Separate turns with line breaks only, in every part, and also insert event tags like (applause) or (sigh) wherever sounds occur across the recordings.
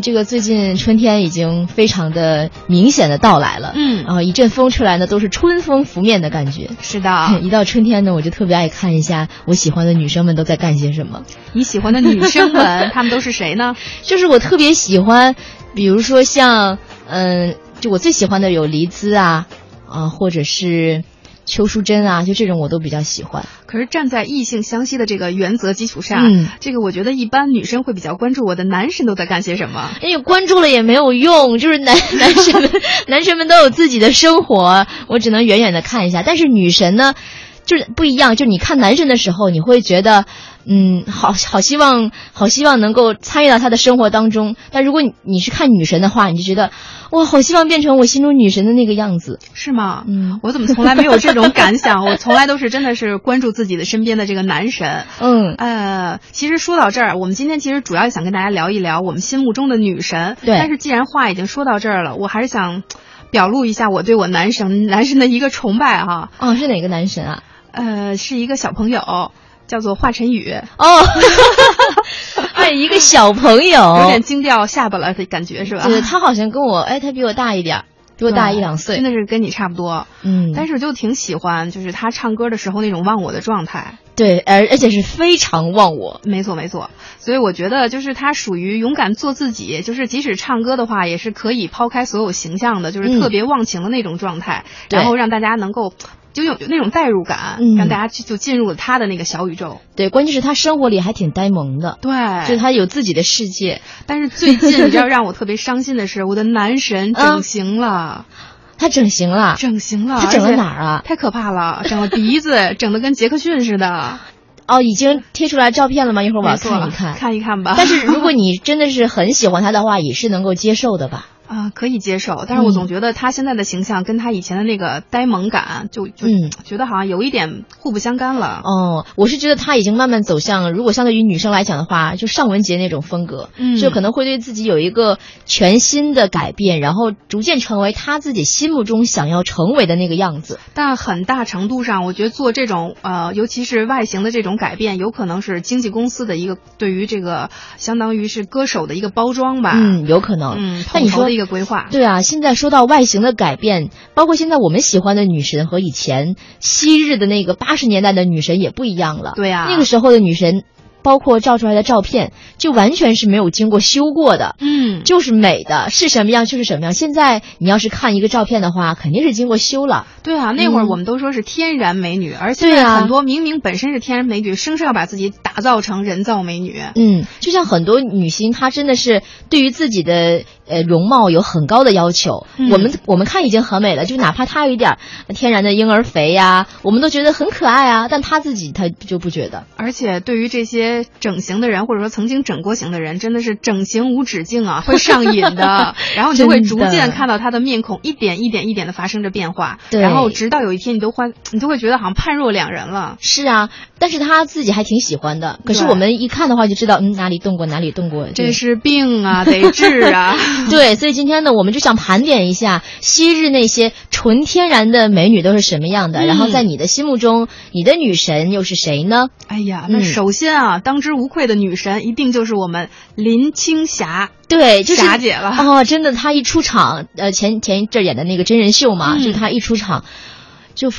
这个最近春天已经非常的明显的到来了，
嗯
然后一阵风吹来呢，都是春风拂面的感觉。
是的，
(laughs) 一到春天呢，我就特别爱看一下我喜欢的女生们都在干些什么。
你喜欢的女生
(laughs)
们，她们都是谁呢？
就是我特别喜欢，比如说像，嗯，就我最喜欢的有黎姿啊，啊，或者是邱淑贞啊，就这种我都比较喜欢。
可是站在异性相吸的这个原则基础上，
嗯
这个我觉得一般女生会比较关注我的男神都在干些什么。
哎呀，关注了也没有用，就是男 (laughs) 男神们，男神们都有自己的生活，我只能远远的看一下。但是女神呢，就是不一样，就你看男神的时候，你会觉得，嗯，好好希望，好希望能够参与到他的生活当中。但如果你你是看女神的话，你就觉得，哇，好希望变成我心中女神的那个样子。
是吗？
嗯
我怎么从来没有这种
(laughs)
感想？我从来都是真的是关注自己的身边的这个男神。
嗯，
呃，其实说到这儿，我们今天其实主要想跟大家聊一聊我们心目中的女神。
对
但是既然话已经说到这儿了，我还是想表露一下我对我男神男神的一个崇拜哈、
哦，是哪个男神啊？
呃，是一个小朋友，叫做华晨宇，
哦， (laughs) 哎，一个小朋友，
有点惊掉下巴了的感觉是吧？
哦
(laughs)
对他好像跟我，哎，他比我大一点儿，比我大一两岁
真。的是跟你差不多。
嗯，
但是就挺喜欢，就是他唱歌的时候那种忘我的状态。
对，而而且是非常忘我。
没错，没错。所以我觉得，就是他属于勇敢做自己，就是即使唱歌的话，也是可以抛开所有形象的，就是
嗯
特别忘情的那种状态，
对
然后让大家能够就有有那种代入感，
嗯
让大家去就进入了他的那个小宇宙。
对，关键是他生活里还挺呆萌的，
对，
就是他有自己的世界。
但是最近你知道让我特别伤心的是，我的男神整形了，
他整形了，
整形了，
他整了
而且
哪儿啊
太可怕了， (laughs) 整了鼻子，整的跟杰克逊
(laughs)
似的。
哦，已经贴出来照片了吗？一会儿我
没
要
错
看一看。
看一看吧。
但是如果你真的是很喜欢他的话，也是能够接受的吧？
(laughs) 啊、可以接受，但是我总
嗯
觉得他现在的形象跟他以前的那个呆萌感，就就
嗯
觉得好像有一点互不相干了。
哦，我是觉得他已经慢慢走向，如果相对于女生来讲的话，就尚雯婕那种风格，
嗯
就可能会对自己有一个全新的改变，然后逐渐成为他自己心目中想要成为的那个样子。
但很大程度上，我觉得做这种呃，尤其是外形的这种改变，有可能是经纪公司的一个对于这个相当于是歌手的一个包装吧。
嗯，有可能。
啊嗯，
那
统
你
筹
说
的一个规划。
对啊，现在说到外形的改变，包括现在我们喜欢的女神和以前昔日的那个八十年代的女神也不一样了。
对呀、啊
那个时候的女神，包括照出来的照片，就完全是没有经过修过的，
嗯，
就是美的，是什么样就是什么样。现在你要是看一个照片的话，肯定是经过修了。
对啊，那会儿
嗯
我们都说是天然美女，而现
对
在
啊
很多明明本身是天然美女，生生要把自己打造成人造美女。
嗯，就像很多女星，她真的是对于自己的呃容貌有很高的要求。
嗯
我们我们看已经很美了，就哪怕她有一点儿天然的婴儿肥呀、我们都觉得很可爱啊。但她自己她就不觉得。
而且对于这些整形的人，或者说曾经整过形的人，真的是整形无止境
(laughs)
啊，会上瘾的。然后你就会逐
真
渐
的
看到他的面孔一点一点一点的发生着变化，
对
然后直到有一天你都欢，你就会觉得好像判若两人了。
是啊，但是她自己还挺喜欢的。可是
对
我们一看的话就知道，嗯，哪里动过哪里动过。 (laughs)
这是病啊，得治啊！
对，所以今天呢，我们就想盘点一下昔日那些纯天然的美女都是什么样的，
嗯
然后在你的心目中，你的女神又是谁呢？
哎呀，那
嗯
首先啊，当之无愧的女神一定就是我们林青霞，
对，就是
霞姐了。
哦，真的，她一出场，呃，前前一阵儿演的那个真人秀嘛，
嗯
就她一出场，就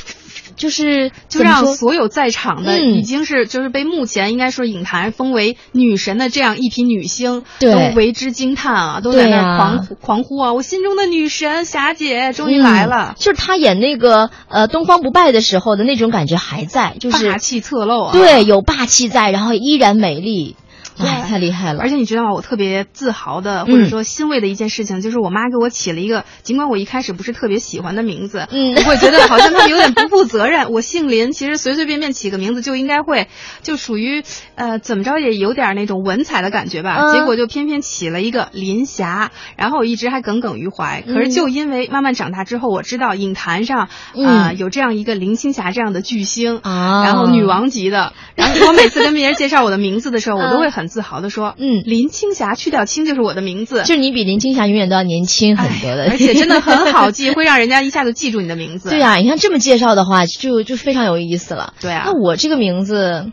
就是
就
怎么
让
说
所有在场的
嗯
已经是就是被目前应该说影坛封为女神的这样一批女星，
对
都为之惊叹啊，都在
对
那儿
呀
狂、狂呼啊！我心中的女神霞姐终于来
嗯，
了
就是她演那个呃《东方不败》的时候的那种感觉还在，就是
霸气侧漏啊！，
对有霸气在，然后依然美丽，哎，
对
太厉害了
而。且你知道吗？我特别自豪的，
嗯
或者说欣慰的一件事情，就是我妈给我起了一个，尽管我一开始不是特别喜欢的名字， (laughs)
嗯
我会觉得好像她有点不负责任。我姓林，其实随随便便起个名字就应该会，就属于呃怎么着也有点那种文采的感觉吧。
嗯
结果就偏偏起了一个林霞，然后我一直还耿耿于怀。可是
嗯
就因为慢慢长大之后，我知道影坛上啊、
嗯
有这样一个林青霞这样的巨星
啊
然后女王级的。然后我每次跟别人介绍我的名字的时候，我都
嗯
会很自豪的说，
嗯
林青霞去掉青就是我的名字，哎
就是你比林青霞永远都要年轻很多的，
而且真的很好记，会让人家一下就记住你的名
(laughs)
字。
对啊呀、你看这么介绍的话，就就非常有意思了。
对啊
那我这个名字，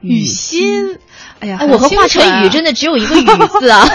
雨欣，嗯哎呀，
哎，我和华晨宇 (laughs) 真
真
的只有一个宇字
(laughs)
啊，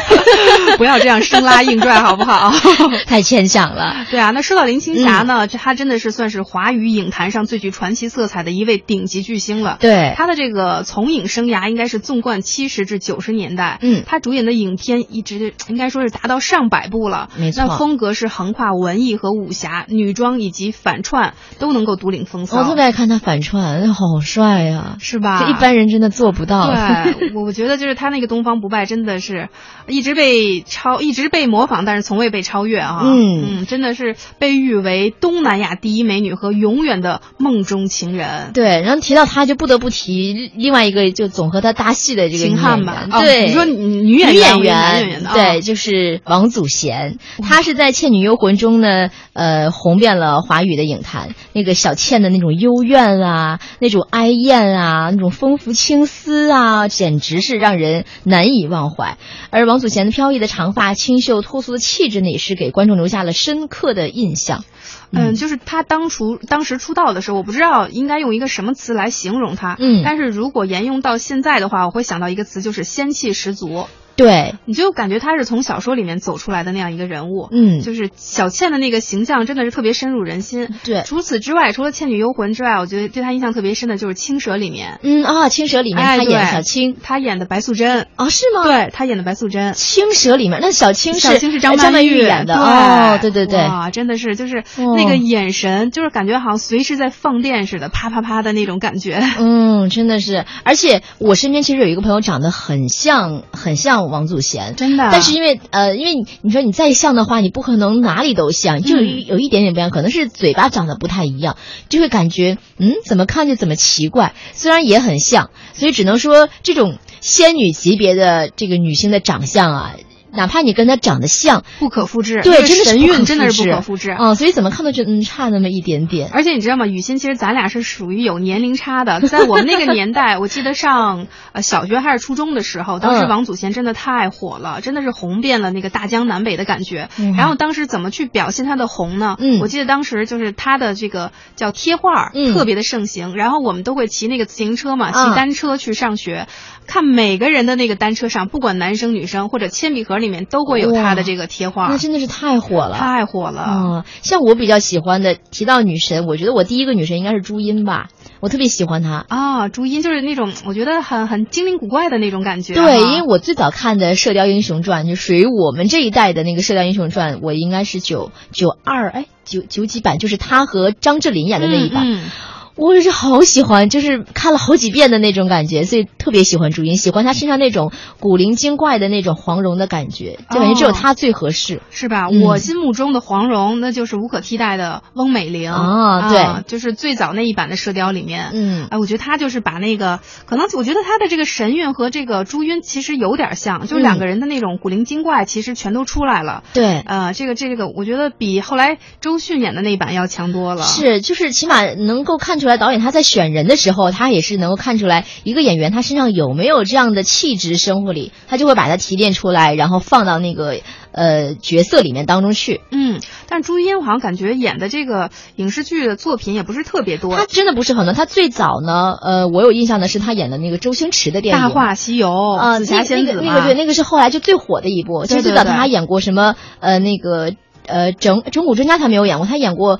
的不要这样生拉硬拽，好不好？ (laughs)
(laughs) 太牵强了。
对啊，那说到林青
嗯
霞呢，这她真的是算是华语影坛上最具传奇色彩的一位顶级巨星了。
对，
她的这个从影生涯应该是纵贯七十至九十年代，
嗯
她主演的影片一直应该说是达到上百部了，
没错
那风格是横跨文艺和武侠、女装以及反串，都能够独领风骚，
我特别爱看他反串，好帅呀、
是吧？
哦这一般人真的做不到。
对，我我觉得就是他那个东方不败真的是一直被超，一直被模仿，但是从未被超越啊。
嗯
真的是被誉为东南亚第一美女和永远的梦中情人。
对，然后提到他就不得不提另外一个，就总和他搭戏的这个
秦
女
汉
演
吧
员，
哦
对，
你说女女演员
女演
还是男演员的
对，
哦嗯
就是王祖贤，她是在《倩女幽魂》中呢，呃，红遍了华语的影坛。那个小倩的那种幽怨啊，那种哀艳啊，那种风拂青丝啊，简直是让人难以忘怀。而王祖贤飘逸的长发、清秀脱俗的气质呢，也是给观众留下了深刻的印象。
嗯，就是她当初当时出道的时候，我不知道应该用一个什么词来形容她。
嗯
但是如果沿用到现在的话，我会想到一个词，就是仙气十足。
对，
你就感觉她是从小说里面走出来的那样一个人物。
嗯，
就是小倩的那个形象真的是特别深入人心。
对
除此之外，除了《倩女幽魂》之外，我觉得对她印象特别深的就是《青蛇》里面，
嗯啊，《青蛇》里面
哎
她演
对
小青，
她演的白素贞。
哦，是吗？
对，她演的白素贞。
青蛇里面那小青是呃
小青是张
曼
玉
演的哦，对对对，
哇，真的是就是
哦
那个眼神，就是感觉好像随时在放电似的，啪啪啪的那种感觉。
嗯，真的是，而且我身边其实有一个朋友长得很像，很像王祖贤。
真的，
但是因为呃，因为你你说你再像的话，你不可能哪里都像，就有一
嗯
有一点点不一样，可能是嘴巴长得不太一样，就会感觉嗯，怎么看着怎么奇怪。虽然也很像，所以只能说这种仙女级别的这个女星的长相啊，哪怕你跟她长得像，
不可复制，
对，
这个
真的
神
是不可
韵真的是啊
复
不
制
可复制。
嗯，所以怎么看都觉得嗯差那么一点点。
而且你知道吗？雨欣，其实咱俩是属于有年龄差
(laughs)
的。在我们那个年代，我记得上呃小学还是初中的时候，当时
嗯
王祖贤真的太火了，真的是红遍了那个大江南北的感觉。
嗯
然后当时怎么去表现她的红呢？
嗯
我记得当时就是她的这个叫贴画儿，
嗯
特别的盛行。然后我们都会骑那个自行车嘛，
嗯
骑单车去上学。看每个人的那个单车上，不管男生女生或者铅笔盒里面都会有她的这个贴画
那
儿，
真的是太火了。
太火了。
啊、像我比较喜欢的，提到女神，我觉得我第一个女神应该是朱茵吧，我特别喜欢她。
啊，朱茵就是那种我觉得很很精灵古怪的那种感觉哈。
对，因为我最早看的《射雕英雄传》就属于我们这一代的那个《射雕英雄传》，我应该是九九二哎九九几版，就是她和张智霖演的那一版，
嗯嗯
我是好喜欢，就是看了好几遍的那种感觉，所以特别喜欢朱茵，喜欢她身上那种古灵精怪的那种黄蓉的感觉，就感觉只有
哦
她最合适。
是吧？
嗯
我心目中的黄蓉，那就是无可替代的翁美玲
啊
啊就是最早那一版的《射雕》里面。
嗯，
哎，我觉得她就是把那个，可能我觉得她的这个神韵和这个朱茵其实有点
嗯
像，就是两个人的那种古灵精怪，其实全都出来了。
对。
呃，这个这个，我觉得比后来周迅演的那一版要强多了。，
是，就是起码能够看出来，导演他在选人的时候，他也是能够看出来一个演员他身上有没有这样的气质，生活里他就会把它提炼出来，然后放到那个呃角色里面当中去。
嗯，但朱茵好像感觉演的这个影视剧的作品也不是特别多。
他真的不是很多，他最早呢，呃，我有印象的是他演的那个周星驰的电影。
大话西游》
啊，
哦紫
那
霞仙
那
子
个
嘛，
那个对，那个是后来就最火的一部。其实
对
最
对
早
对
他还演过什么呃那个呃整整蛊专家他没有演过，他演过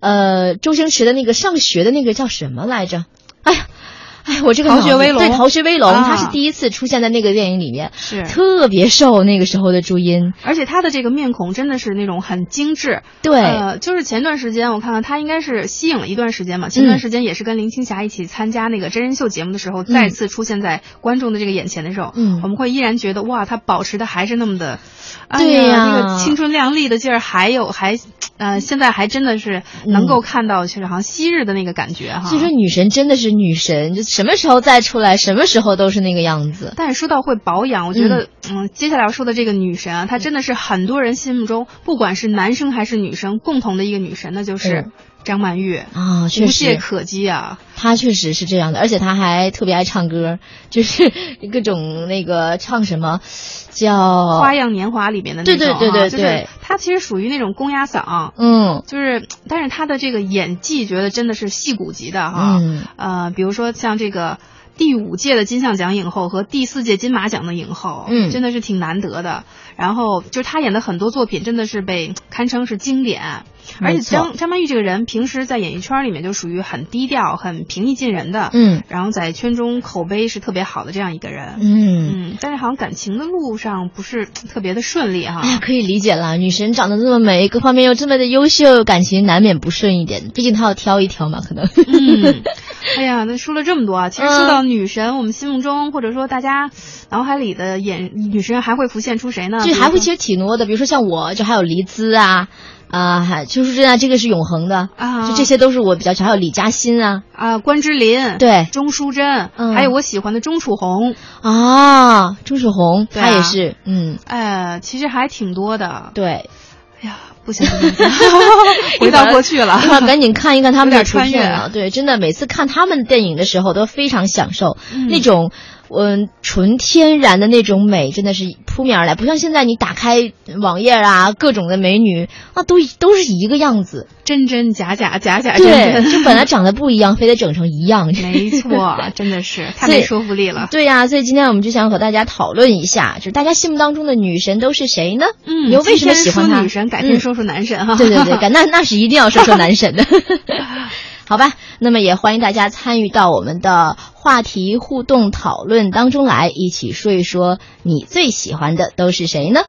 呃周星驰的那个上学的那个叫什么来着？哎呀，哎呀，我这个
逃
脑子
学威龙
对《逃学威龙》
啊
他是第一次出现在那个电影里面，
是
特别瘦那个时候的朱茵，
而且她的这个面孔真的是那种很精致。
对，
呃，就是前段时间我看到她应该是吸引了一段时间嘛，前
嗯
段时间也是跟林青霞一起参加那个真人秀节目的时候，再次出现在观众的这个眼前的时候，
嗯
我们会依然觉得哇，她保持的还是那么的，哎
对呀
那个青春靓丽的劲儿还有还。呃，现在还真的是
嗯
能够看到，就是好像昔日的那个感觉哈。
所以说女神真的是女神，就什么时候再出来，什么时候都是那个样子。
但是说到会保养，我觉得，嗯接下来要说的这个女神啊，她真的是很多人心目中，不管是男生还是女生，共同的一个女神，那就是
嗯
张曼玉，
啊，
无
确实，
懈可击啊！
他确实是这样的，而且他还特别爱唱歌，就是各种那个唱什么叫
花样年华》里面的那
对
种、啊，
对对对
就是
对
她其实属于那种公鸭嗓，
嗯
就是，但是她的这个演技，觉得真的是戏骨级的哈、
嗯
呃，比如说像这个。第五届的金像奖影后和第四届金马奖的影后，
嗯
真的是挺难得的。然后就是她演的很多作品真的是被堪称是经典，而
没
且
错
张张曼玉这个人平时在演艺圈里面就属于很低调、很平易近人的，
嗯
然后在圈中口碑是特别好的这样一个人。
嗯。
嗯，但是好像感情的路上不是特别的顺利哈、
(laughs) 哎呀，可以理解啦，女神长得这么美，各方面又这么的优秀，感情难免不顺一点。毕竟她要挑一挑嘛，可能。
嗯， (laughs) 哎呀，那说了这么多啊，其实说
嗯
到女神，我们心目中或者说大家脑海里的眼女神还会浮现出谁呢？
(laughs) 就还会
比如
其
说
实挺多的，比如说像我，就还有黎姿啊，啊、还邱淑贞啊，这个是永恒的，
啊，
就这些都是我比较喜欢。还有李嘉欣啊，
啊，关之琳，
对
钟淑贞，
嗯
还有我喜欢的钟楚红，
啊，钟楚红，
对啊
她也是，嗯，
哎，其实还挺多的。
对，
哎呀，不行不行，不行
(laughs)
回到过去了
一。
(laughs)
会儿赶紧看一看他们的
有点
图
穿越
片
(laughs)
啊！对，真的每次看他们电影的时候都非常享受、
嗯
那种，嗯，纯天然的那种美，真的是扑面而来。不像现在你打开网页啊，各种的美女啊，都都是一个样子。
真真假假，假假真
对， (laughs)
真，
就本来长得不一样，非得整成一样。
哎 (laughs) 没错，真的是太
所以
没说服力了。
对呀、所以今天我们就想和大家讨论一下，就是大家心目当中的女神都是谁呢？
嗯，
你又为什么喜欢
今天
她？
说女神，改天
嗯
说说男神哈。
对对对，感那那是一定要说说男神的，好吧？那么也欢迎大家参与到我们的话题互动讨论当中来，一起说一说你最喜欢的都是谁呢？